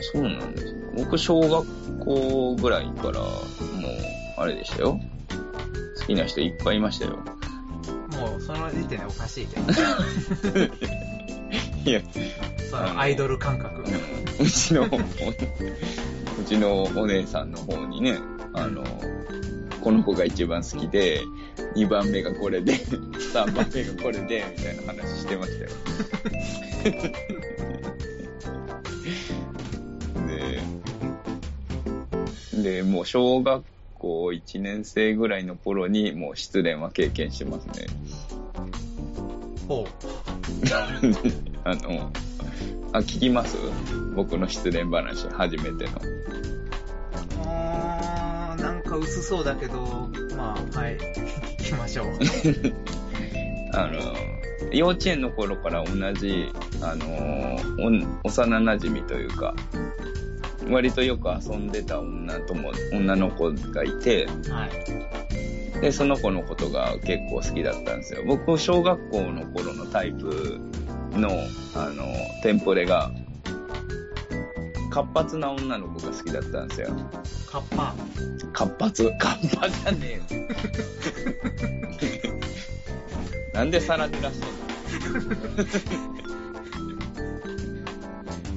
Speaker 2: そうなんですね。僕、小学校ぐらいから、もう、あれでしたよ。好きな人いっぱいいました
Speaker 1: も
Speaker 2: よ。
Speaker 1: う、その時点でおかしいけど。
Speaker 2: いや、
Speaker 1: そのアイドル感覚。
Speaker 2: うちの、うちのお姉さんの方にね、あの、この子が一番好きで、2番目がこれで、3番目がこれで、みたいな話してましたよ。 で、で、もう小学校1年生ぐらいの頃に、もう失恋は経験してますね。
Speaker 1: ほ
Speaker 2: あの、あ、聞きます僕の失恋話、初めての。
Speaker 1: う。うーん、なんか薄そうだけど、まあ、はい。聞きましょう。
Speaker 2: あの、幼稚園の頃から同じ、あの、お幼馴染というか、割とよく遊んでた女とも、女の子がいて、
Speaker 1: はい。
Speaker 2: で、その子のことが結構好きだったんですよ。僕、小学校の頃のタイプの、あの、テンポレが、活発な女の子が好きだったんですよ。
Speaker 1: カッパ。
Speaker 2: 活発活発じゃね えよなんでさら照らしてん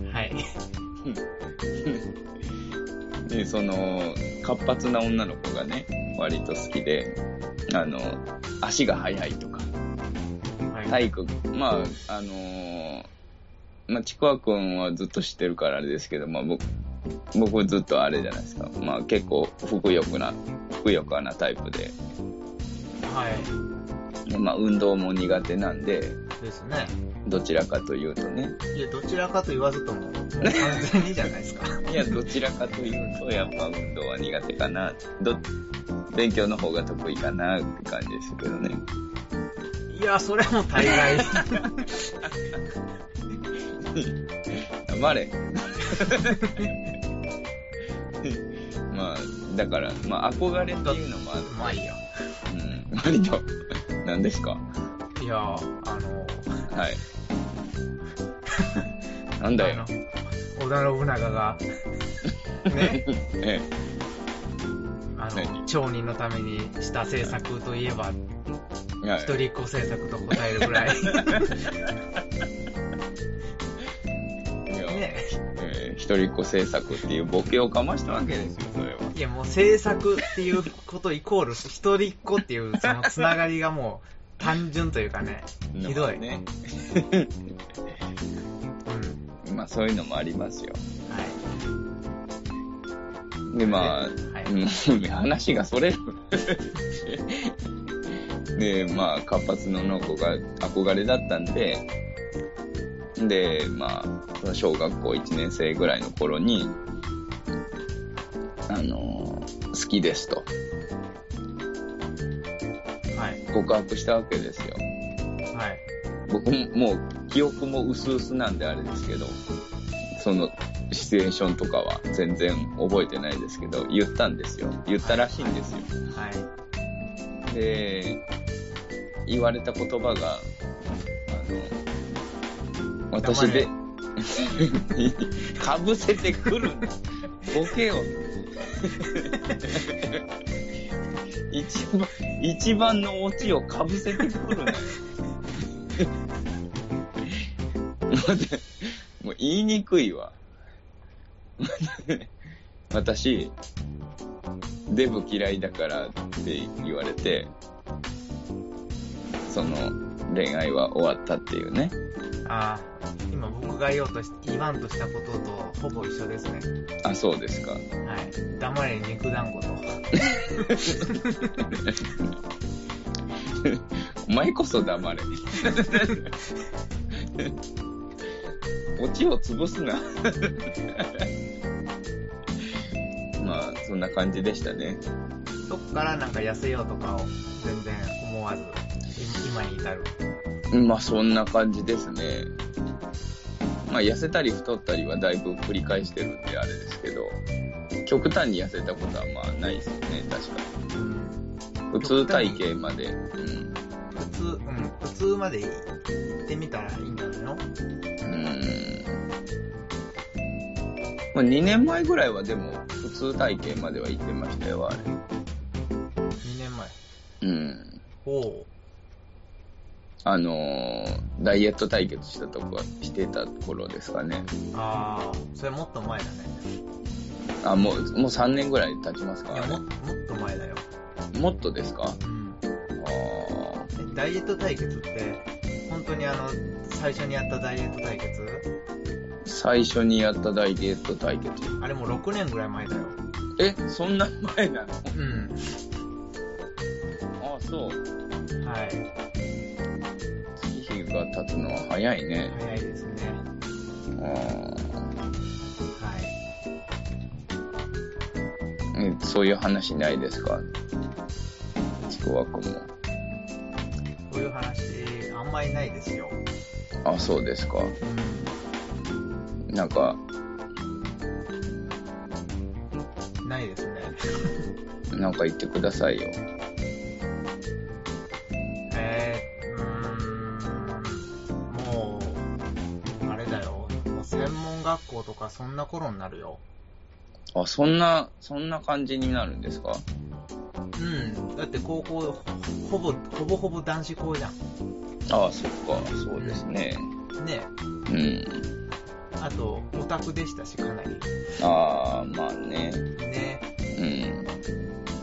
Speaker 2: の
Speaker 1: はい。
Speaker 2: でその活発な女の子がね割と好きであの足が速いとか
Speaker 1: はい。
Speaker 2: 体育まああのーまあちくわくんはずっと知ってるからあれですけどまあ僕僕ずっとあれじゃないですかまあ結構ふくよくなふくよかなタイプで
Speaker 1: はい。
Speaker 2: でまあ運動も苦手なんで
Speaker 1: ですね。
Speaker 2: どちらかというとね
Speaker 1: いや、どちらかと言わずとも、もう完全にじゃないですか。
Speaker 2: いや、どちらかというと、やっぱ運動は苦手かな。ど、勉強の方が得意かなって感じですけどね。
Speaker 1: いや、それも大概。
Speaker 2: 黙れ。 まあ、だから、まあ、憧れっていうのもある。
Speaker 1: まあいいや。
Speaker 2: うん、割と、何ですか
Speaker 1: いや、あの、
Speaker 2: はい。なんだよ。
Speaker 1: あの織田信長が、ね、
Speaker 2: え
Speaker 1: あの、
Speaker 2: 何
Speaker 1: 町人のためにした政策といえば、
Speaker 2: え。はい
Speaker 1: 一人っ子政策と答えるぐらい。
Speaker 2: いや
Speaker 1: ね。
Speaker 2: えー一人っ子政策っていうボケをかましたわけですよ、それは。
Speaker 1: いや、もう政策っていうことイコール、一人っ子っていう、そのつながりがもう、単純というかね、ひどい。
Speaker 2: ね。
Speaker 1: うん。
Speaker 2: まあ、そういうのもありますよ。
Speaker 1: はい。
Speaker 2: で、まあ、
Speaker 1: はい。
Speaker 2: うん 話がそれる。で、まあ、活発の農子が憧れだったんで、で、まあ、その小学校1年生ぐらいの頃に、あの好きですと
Speaker 1: はい。
Speaker 2: 告白したわけですよ。
Speaker 1: はい。
Speaker 2: 僕ももう記憶も薄々なんであれですけど、そのシチュエーションとかは全然覚えてないですけど、言ったんですよ。言ったらしいんですよ。
Speaker 1: はい。
Speaker 2: で、言われた言葉が、あの、私で、かぶせてくるな。ボケよ。一番、一番のオチをかぶせてくるな。もう言いにくいわ。私、デブ嫌いだからって言われて、その恋愛は終わったっていうね。
Speaker 1: ああ、今僕が言おうとし、言わんとしたこととほぼ一緒ですね。
Speaker 2: あ、そうですか。
Speaker 1: はい。黙れ肉団子と。
Speaker 2: お前こそ黙れ。 オチを潰すな。 まあ、そんな感じでしたね。
Speaker 1: そっからなんか痩せようとかを全然思わず、い今に至る。
Speaker 2: まあ、そんな感じですね。まあ、痩せたり太ったりはだいぶ繰り返してるんであれですけど、極端に痩せたことはまあないですよね、確
Speaker 1: う
Speaker 2: か
Speaker 1: ん。
Speaker 2: 普通体型まで。うん。
Speaker 1: 普通、うん、普通まで行ってみたらいいんじゃないの
Speaker 2: うん。まあ、2年前ぐらいはでも、普通体型までは行ってましたよ、あれ。
Speaker 1: ?2 年前。
Speaker 2: うん。
Speaker 1: おお。
Speaker 2: あのーダイエット対決したとこは、してた頃ですかね。
Speaker 1: ああ、それもっと前だね。
Speaker 2: あ、もう、もう3年ぐらい経ちます
Speaker 1: い
Speaker 2: か
Speaker 1: や、
Speaker 2: あ
Speaker 1: も、もっと前だよ。
Speaker 2: れもっとですか
Speaker 1: うん。
Speaker 2: あ
Speaker 1: えダイエット対決って、本当にあの、最初にやったダイエット対決
Speaker 2: ー最初にやったダイエット対決。
Speaker 1: あれもう6年ぐらい前だよ。
Speaker 2: え、そんな前なの
Speaker 1: うん。
Speaker 2: ああ、そう。
Speaker 1: はい。
Speaker 2: 月日が経つのは早いね。
Speaker 1: 早いですね。
Speaker 2: あー
Speaker 1: はい。
Speaker 2: えそういう話ないですかちくわくんも。
Speaker 1: こういう話、あんまりないですよ。
Speaker 2: あ、そうですか。
Speaker 1: う
Speaker 2: なんか、
Speaker 1: ん。ないですね。
Speaker 2: なんか言ってくださいよ。
Speaker 1: えー、うーん。もう、あれだよ。もう専門学校とかそんな頃になるよ。
Speaker 2: あ、そんな、そんな感じになるんですか
Speaker 1: うん。だって高校、ほほぼ、ほぼほぼ男子校じゃん。
Speaker 2: ああ、そっか、そうですね。
Speaker 1: ね
Speaker 2: うん。
Speaker 1: あと、オタクでしたし、かなり。
Speaker 2: ああ、まあね。
Speaker 1: ね
Speaker 2: う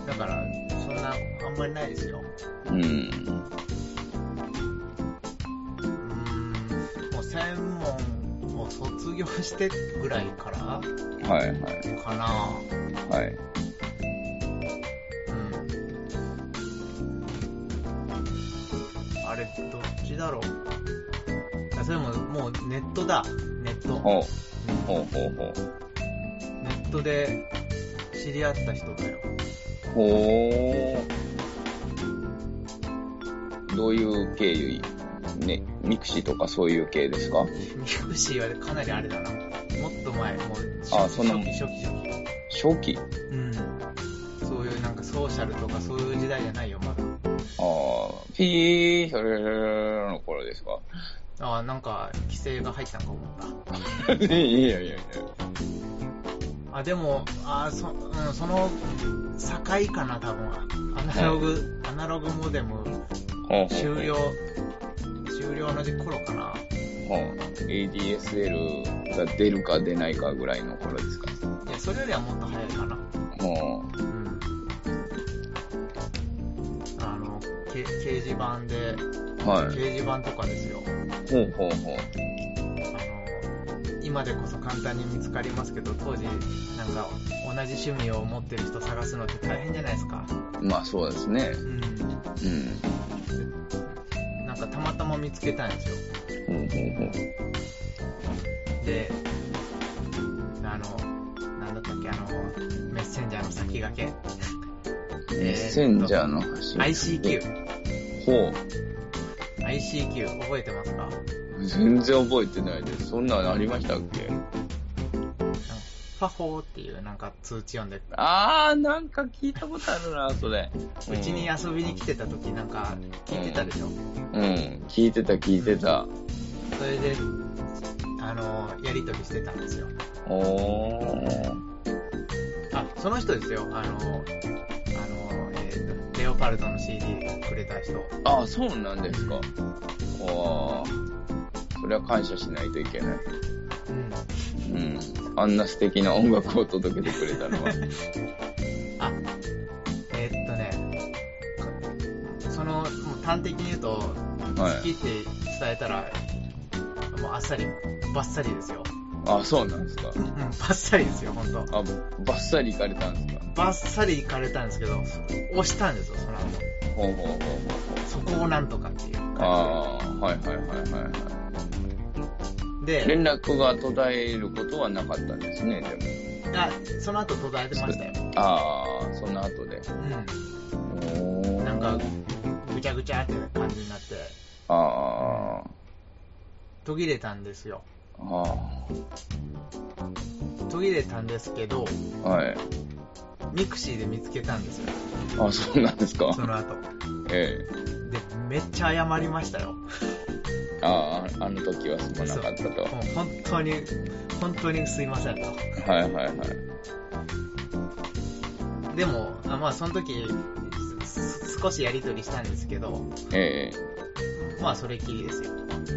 Speaker 2: ん。
Speaker 1: だから、そんな、あんまりないですよ。
Speaker 2: う
Speaker 1: う
Speaker 2: ん。
Speaker 1: ーん、もう専門を卒業してぐらいから
Speaker 2: はいはい
Speaker 1: かな
Speaker 2: はい。
Speaker 1: うん。あれ、どっちだろうあそれも、もうネットだ。ネット。
Speaker 2: ほう、ほうほうほう。
Speaker 1: ネットで知り合った人だよ。
Speaker 2: ほう。どういう経由ね、ミクシーとかそういう系ですか
Speaker 1: ミクシーはかなりあれだな。もっと前、もう初期、
Speaker 2: あ
Speaker 1: 初
Speaker 2: そんな
Speaker 1: 期、初期、初期。
Speaker 2: 初期
Speaker 1: うん。そういうなんかソーシャルとかそういう時代じゃないよ、まだ。
Speaker 2: ああ、ピー、それの頃ですか
Speaker 1: ああ、なんか、規制が入ったんか思った。
Speaker 2: いやいやいや。
Speaker 1: あ、でも、あーそ、うん、その、境かな、多分。アナログ、アナログモデム、
Speaker 2: ほうほうほう
Speaker 1: 終了、終了の頃かな。
Speaker 2: ほう ADSL が出るか出ないかぐらいの頃ですか。
Speaker 1: いや、それよりはもっと早いかな。
Speaker 2: ほ
Speaker 1: うん。あの、け掲示板で、
Speaker 2: う。は
Speaker 1: 掲示板とかですよ。
Speaker 2: い。ほうほうほう。
Speaker 1: あの、今今でこそ簡単に見つかりますけど当時なんか同じ趣味を持ってる人探すのって大変じゃないですか
Speaker 2: まあそうですね。
Speaker 1: うん
Speaker 2: うん。
Speaker 1: なんかたまたま見つけたんですよ
Speaker 2: ほうほうほう。
Speaker 1: であのなんだったっけあのメッセンジャーの先駆け
Speaker 2: メッセンジャーの走
Speaker 1: ICQICQ
Speaker 2: ほう。
Speaker 1: 覚えてますか
Speaker 2: 全然覚えてないです。そんなのありましたっけ
Speaker 1: ファホーっていうなんか通知読んで
Speaker 2: あー、なんか聞いたことあるな、それ。
Speaker 1: うちに遊びに来てた時なんか聞いてたでしょ、
Speaker 2: うん、聞いてた聞いてた。
Speaker 1: それであのやり取りしてたんですよ
Speaker 2: おー。
Speaker 1: あその人ですよあのあの、えーとレオパルトの CD くれた人
Speaker 2: あー、そうなんですか。おー。それは感謝しないといけない。
Speaker 1: うん
Speaker 2: うん。あんな素敵な音楽を届けてくれたのは。
Speaker 1: あえーっとねかそのもう端的に言うと好
Speaker 2: は
Speaker 1: き
Speaker 2: い。
Speaker 1: って伝えたら、もうあっさりバッサリですよ、
Speaker 2: あ、そうなんですか。
Speaker 1: うん、 バッサリですよ本当
Speaker 2: あ、バッサリ行かれたんですか。
Speaker 1: バッサリ行かれたんですけど押したんですよその後
Speaker 2: ほうほうほうほうほう。
Speaker 1: そこをなんとかっていう感
Speaker 2: ああ、はいはいはいはいは
Speaker 1: じ
Speaker 2: い。
Speaker 1: でで
Speaker 2: 連絡が途絶えることはなかったんですね、でも。
Speaker 1: あその後途絶えてましたよ
Speaker 2: ああ、その後で。
Speaker 1: う
Speaker 2: お
Speaker 1: んなんか
Speaker 2: ー
Speaker 1: ぐちゃぐちゃって感じになって
Speaker 2: あ
Speaker 1: 途切れたんですよ
Speaker 2: あ、あ
Speaker 1: 途切れたんですけど
Speaker 2: あ、はい。
Speaker 1: ミクシーで見つけたんですよ
Speaker 2: あそうなんですか
Speaker 1: そ。の後
Speaker 2: ええ
Speaker 1: でめっちゃ謝りましたよ
Speaker 2: ああ、あの時はすまなかったと。
Speaker 1: もう本当に本当にすいませんと
Speaker 2: はいはいはい。
Speaker 1: でもあまあその時す少しやり取りしたんですけど
Speaker 2: ええ
Speaker 1: まあそれっきりですよ、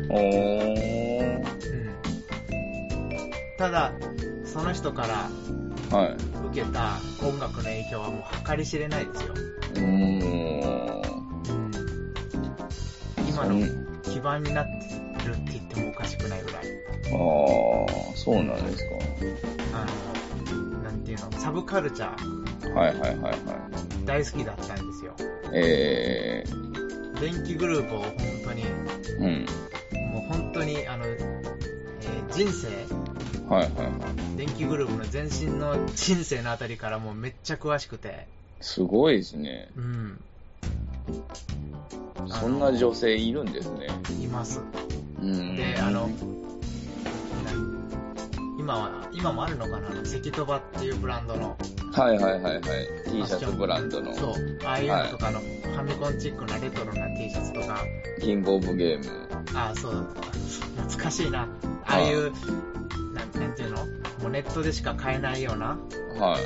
Speaker 2: お
Speaker 1: うん、ただその人から
Speaker 2: ー。はい。
Speaker 1: 受けた音楽の影響はもう計り知れないですよ、
Speaker 2: うーん。
Speaker 1: うん、今の基盤になってるって言ってもおかしくないぐらい
Speaker 2: ああ、そうなんです
Speaker 1: あのなんていうのサブカルチャー
Speaker 2: か。はいはいはいは
Speaker 1: 大好きだったんですよ
Speaker 2: い。え
Speaker 1: 電気グループを本当に
Speaker 2: えうん。
Speaker 1: もう本当にあの、えー人生
Speaker 2: はいはいはい。
Speaker 1: 電気グループの前身の人生のあたりからもうめっちゃ詳しくて
Speaker 2: すごいですね。
Speaker 1: うん
Speaker 2: そんな女性いるんですね。
Speaker 1: います
Speaker 2: うん。
Speaker 1: であの今は今もあるのかなあの関戸場っていうブランドの
Speaker 2: はいはいはいはい。T
Speaker 1: ファッ
Speaker 2: シ
Speaker 1: ション
Speaker 2: ャツブランドの、
Speaker 1: そうああいうのとかの、ファミコンチックなレトロな T シャツとか
Speaker 2: キングオブゲーム。
Speaker 1: ああそう懐かしいなああいうなんなんていうのもうネットでしか買えないような
Speaker 2: は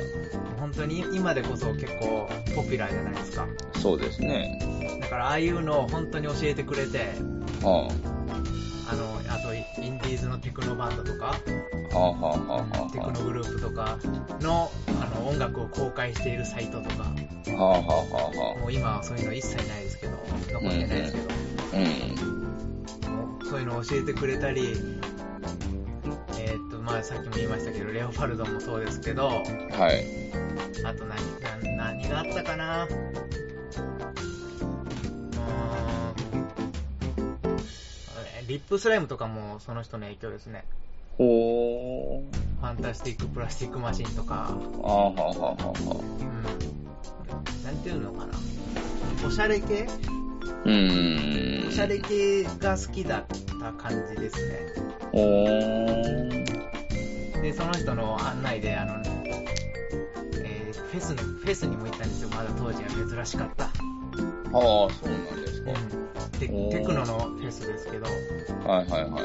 Speaker 1: 本当に今でこそ結構ポピュラーじゃないですか
Speaker 2: い。そうですね。
Speaker 1: だからああいうのを本当に教えてくれて
Speaker 2: は
Speaker 1: あのあとインディーズのテクノバンドとか
Speaker 2: あ、はあはあはあは
Speaker 1: テクノグループとかのあの音楽を公開しているサイトとか
Speaker 2: あ。はあはあはあは
Speaker 1: もう今はそういうの一切ないですけど残ってないですけど、
Speaker 2: あ。うん。
Speaker 1: もうそういうのを教えてくれたりえーっとまあさっきも言いましたけどレオパルドもそうですけど
Speaker 2: はい。
Speaker 1: あと何何何があったかなうーんえリップスライムとかもその人の影響ですね
Speaker 2: ほー。
Speaker 1: ファンタスティックプラスティックマシンとか
Speaker 2: ああ、はあはあはあは
Speaker 1: うんなんていうのかなおしゃれ系
Speaker 2: あ。うーん。
Speaker 1: おしゃれ系が好きだった感じですね
Speaker 2: ほー。
Speaker 1: でその人の案内であの、えーフェスのフェスにも行ったんですよまだ当時は珍しかった、
Speaker 2: はあ、そうなんですか。
Speaker 1: テ
Speaker 2: おー
Speaker 1: テクノのフェスですけど
Speaker 2: はいはいはい。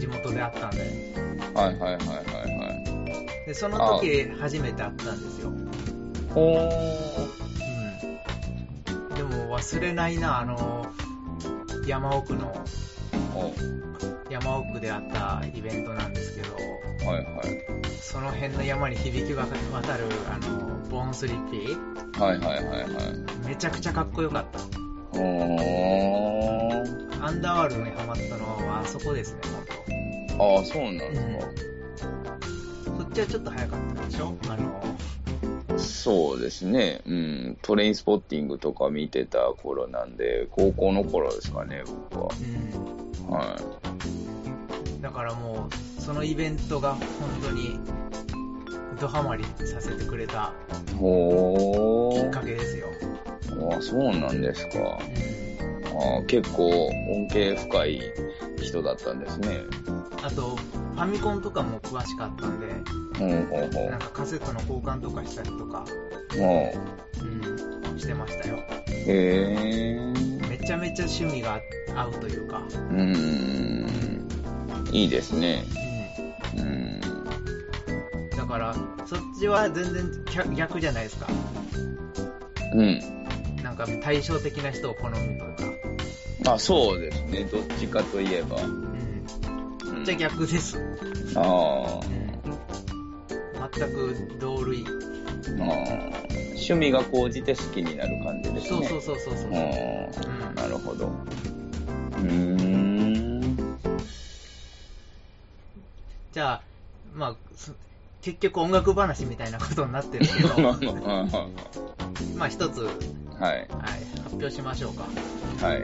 Speaker 1: 地元であったんで
Speaker 2: はいはいはいはいはい。
Speaker 1: でその時初めて会ったんですよ、うん、
Speaker 2: ほ
Speaker 1: でも忘れないなあの山奥の
Speaker 2: ー。
Speaker 1: 山奥であったイベントなんですけど
Speaker 2: おはいはい。
Speaker 1: その辺の山に響き渡るあのボーンスリッピー
Speaker 2: はいはいはいはい。
Speaker 1: めちゃくちゃかっこよかった
Speaker 2: ほー。
Speaker 1: アンダーワールドにハマったのはあそこですね、本
Speaker 2: ああ、そうなん
Speaker 1: 当。
Speaker 2: ですか。
Speaker 1: ちはちょっと早かったでしょあの、
Speaker 2: そうですね、うん、トレインスポッティングとか見てた頃なんで、高校の頃ですかね、僕は。
Speaker 1: う
Speaker 2: は
Speaker 1: ん。だからもう、そのイベントが本当に、ドハマりさせてくれた
Speaker 2: い。ほ
Speaker 1: きっか
Speaker 2: ー。
Speaker 1: けですよ。
Speaker 2: あそうなんです
Speaker 1: う
Speaker 2: か。
Speaker 1: ん。
Speaker 2: あー結構恩恵深い人だったんですね。
Speaker 1: あと、ファミコンとかも詳しかったんで、
Speaker 2: ほうほうほ
Speaker 1: なんかカセットの交換とかしたりとか、
Speaker 2: う。もう
Speaker 1: うん、してましたよ。
Speaker 2: へー。
Speaker 1: めちゃめちゃ趣味が合うというか、
Speaker 2: うーん。いいですね。
Speaker 1: う
Speaker 2: うーん。
Speaker 1: ん。だから、そっちは全然逆逆じゃないですか。
Speaker 2: うん。
Speaker 1: なんか対照的な人を好むというか。
Speaker 2: まあそうですね。どっちかといえば。
Speaker 1: うん。
Speaker 2: うん
Speaker 1: じゃあ逆です。
Speaker 2: あー
Speaker 1: 全く同類。
Speaker 2: あー。趣味が高じて好きになる感じですね。
Speaker 1: そうそうそうそうそう。う
Speaker 2: あ
Speaker 1: ん
Speaker 2: あ、なるほど。うーん。
Speaker 1: じゃあ、まあ、そ結局音楽話みたいなことになってる けど、まあ一つ、はい、
Speaker 2: はい、
Speaker 1: 発表しましょうか。
Speaker 2: はい、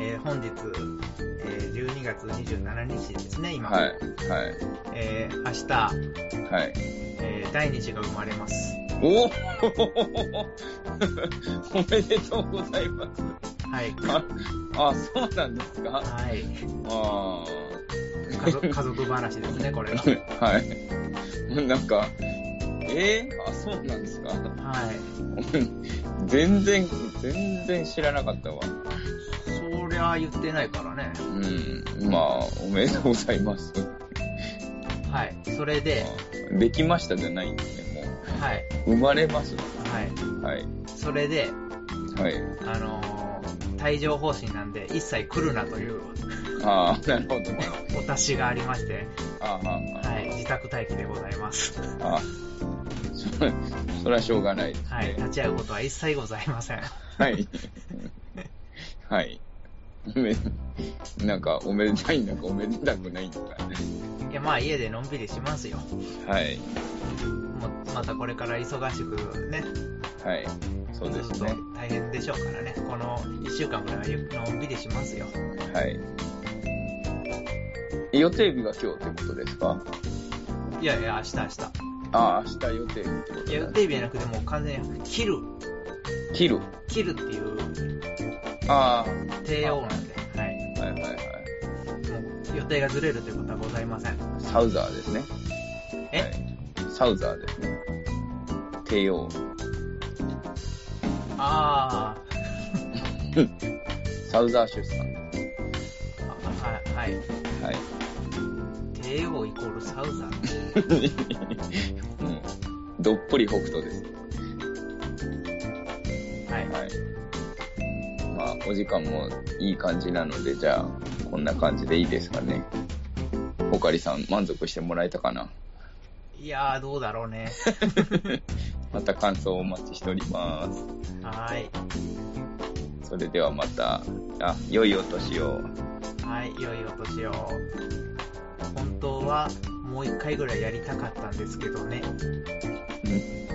Speaker 1: えー本日、えー12月27日ですね、今。
Speaker 2: はい、はい、
Speaker 1: えー明日、
Speaker 2: はい。
Speaker 1: えー第2子が生まれます。
Speaker 2: おお おめでとうございます。
Speaker 1: はい。
Speaker 2: あ、あそうなんですか
Speaker 1: はい。
Speaker 2: あ
Speaker 1: 家族家族話ですね、これが。はい。
Speaker 2: あ、はい。なんか、えー、あ、そうなんですか全然、全然知らなかったわ。
Speaker 1: そりゃ言ってないからね。
Speaker 2: うん。まあ、おめでとうございます。
Speaker 1: はい。それで、
Speaker 2: できましたじゃないんですね、も
Speaker 1: はい。
Speaker 2: う。生まれます。
Speaker 1: はい。
Speaker 2: はい。
Speaker 1: それで、
Speaker 2: はい。
Speaker 1: あのー帯状方針なんで、一切来るなという
Speaker 2: ああ、なるほどね。
Speaker 1: お達しがありまして、
Speaker 2: ああ、
Speaker 1: はい。自宅待機でございます。
Speaker 2: ああ。そそれはしょうがないです
Speaker 1: はい。
Speaker 2: ね。
Speaker 1: 立ち会うことは一切ございません。
Speaker 2: はい。はい。めなんか、おめでたいんだか、おめでたくないんだか。
Speaker 1: いや、まあ、家でのんびりしますよ。
Speaker 2: はい。
Speaker 1: もうまたこれから忙しくね、
Speaker 2: はい。そうで
Speaker 1: ずっ
Speaker 2: す
Speaker 1: と
Speaker 2: ね。
Speaker 1: 大変でしょうからね。この1週間ぐらいはゆのんびりしますよ。
Speaker 2: はい。予定日が今日ってことですか
Speaker 1: いやいや、明日明日。
Speaker 2: ああ、明日予定日ってこ
Speaker 1: い
Speaker 2: と
Speaker 1: や、
Speaker 2: だ
Speaker 1: 予定日じゃなくてもう完全に切る、
Speaker 2: 切る。
Speaker 1: 切るっていう
Speaker 2: あ
Speaker 1: 帝王なんで、はい。
Speaker 2: あ、はいはいはい。
Speaker 1: もう予定がずれるということはございません。
Speaker 2: サウザーですね。
Speaker 1: え
Speaker 2: はい、サウザーですね。帝王。
Speaker 1: あー
Speaker 2: サウザー出産で
Speaker 1: あ、あはい、はい。
Speaker 2: す。はい。
Speaker 1: 帝王イコールサウザー。
Speaker 2: うん。どっぷり北斗です。
Speaker 1: はい。
Speaker 2: はい。まあ、お時間もいい感じなので、じゃあ、こんな感じでいいですかね。ポカリさん、満足してもらえたかない
Speaker 1: やー、どうだろうね。
Speaker 2: また感想をお待ちしております。
Speaker 1: はい。
Speaker 2: それではまた、あ、良いお年を。
Speaker 1: はい、良いお年を。本当は、もう一回ぐらいやりたかったんですけどね。
Speaker 2: うん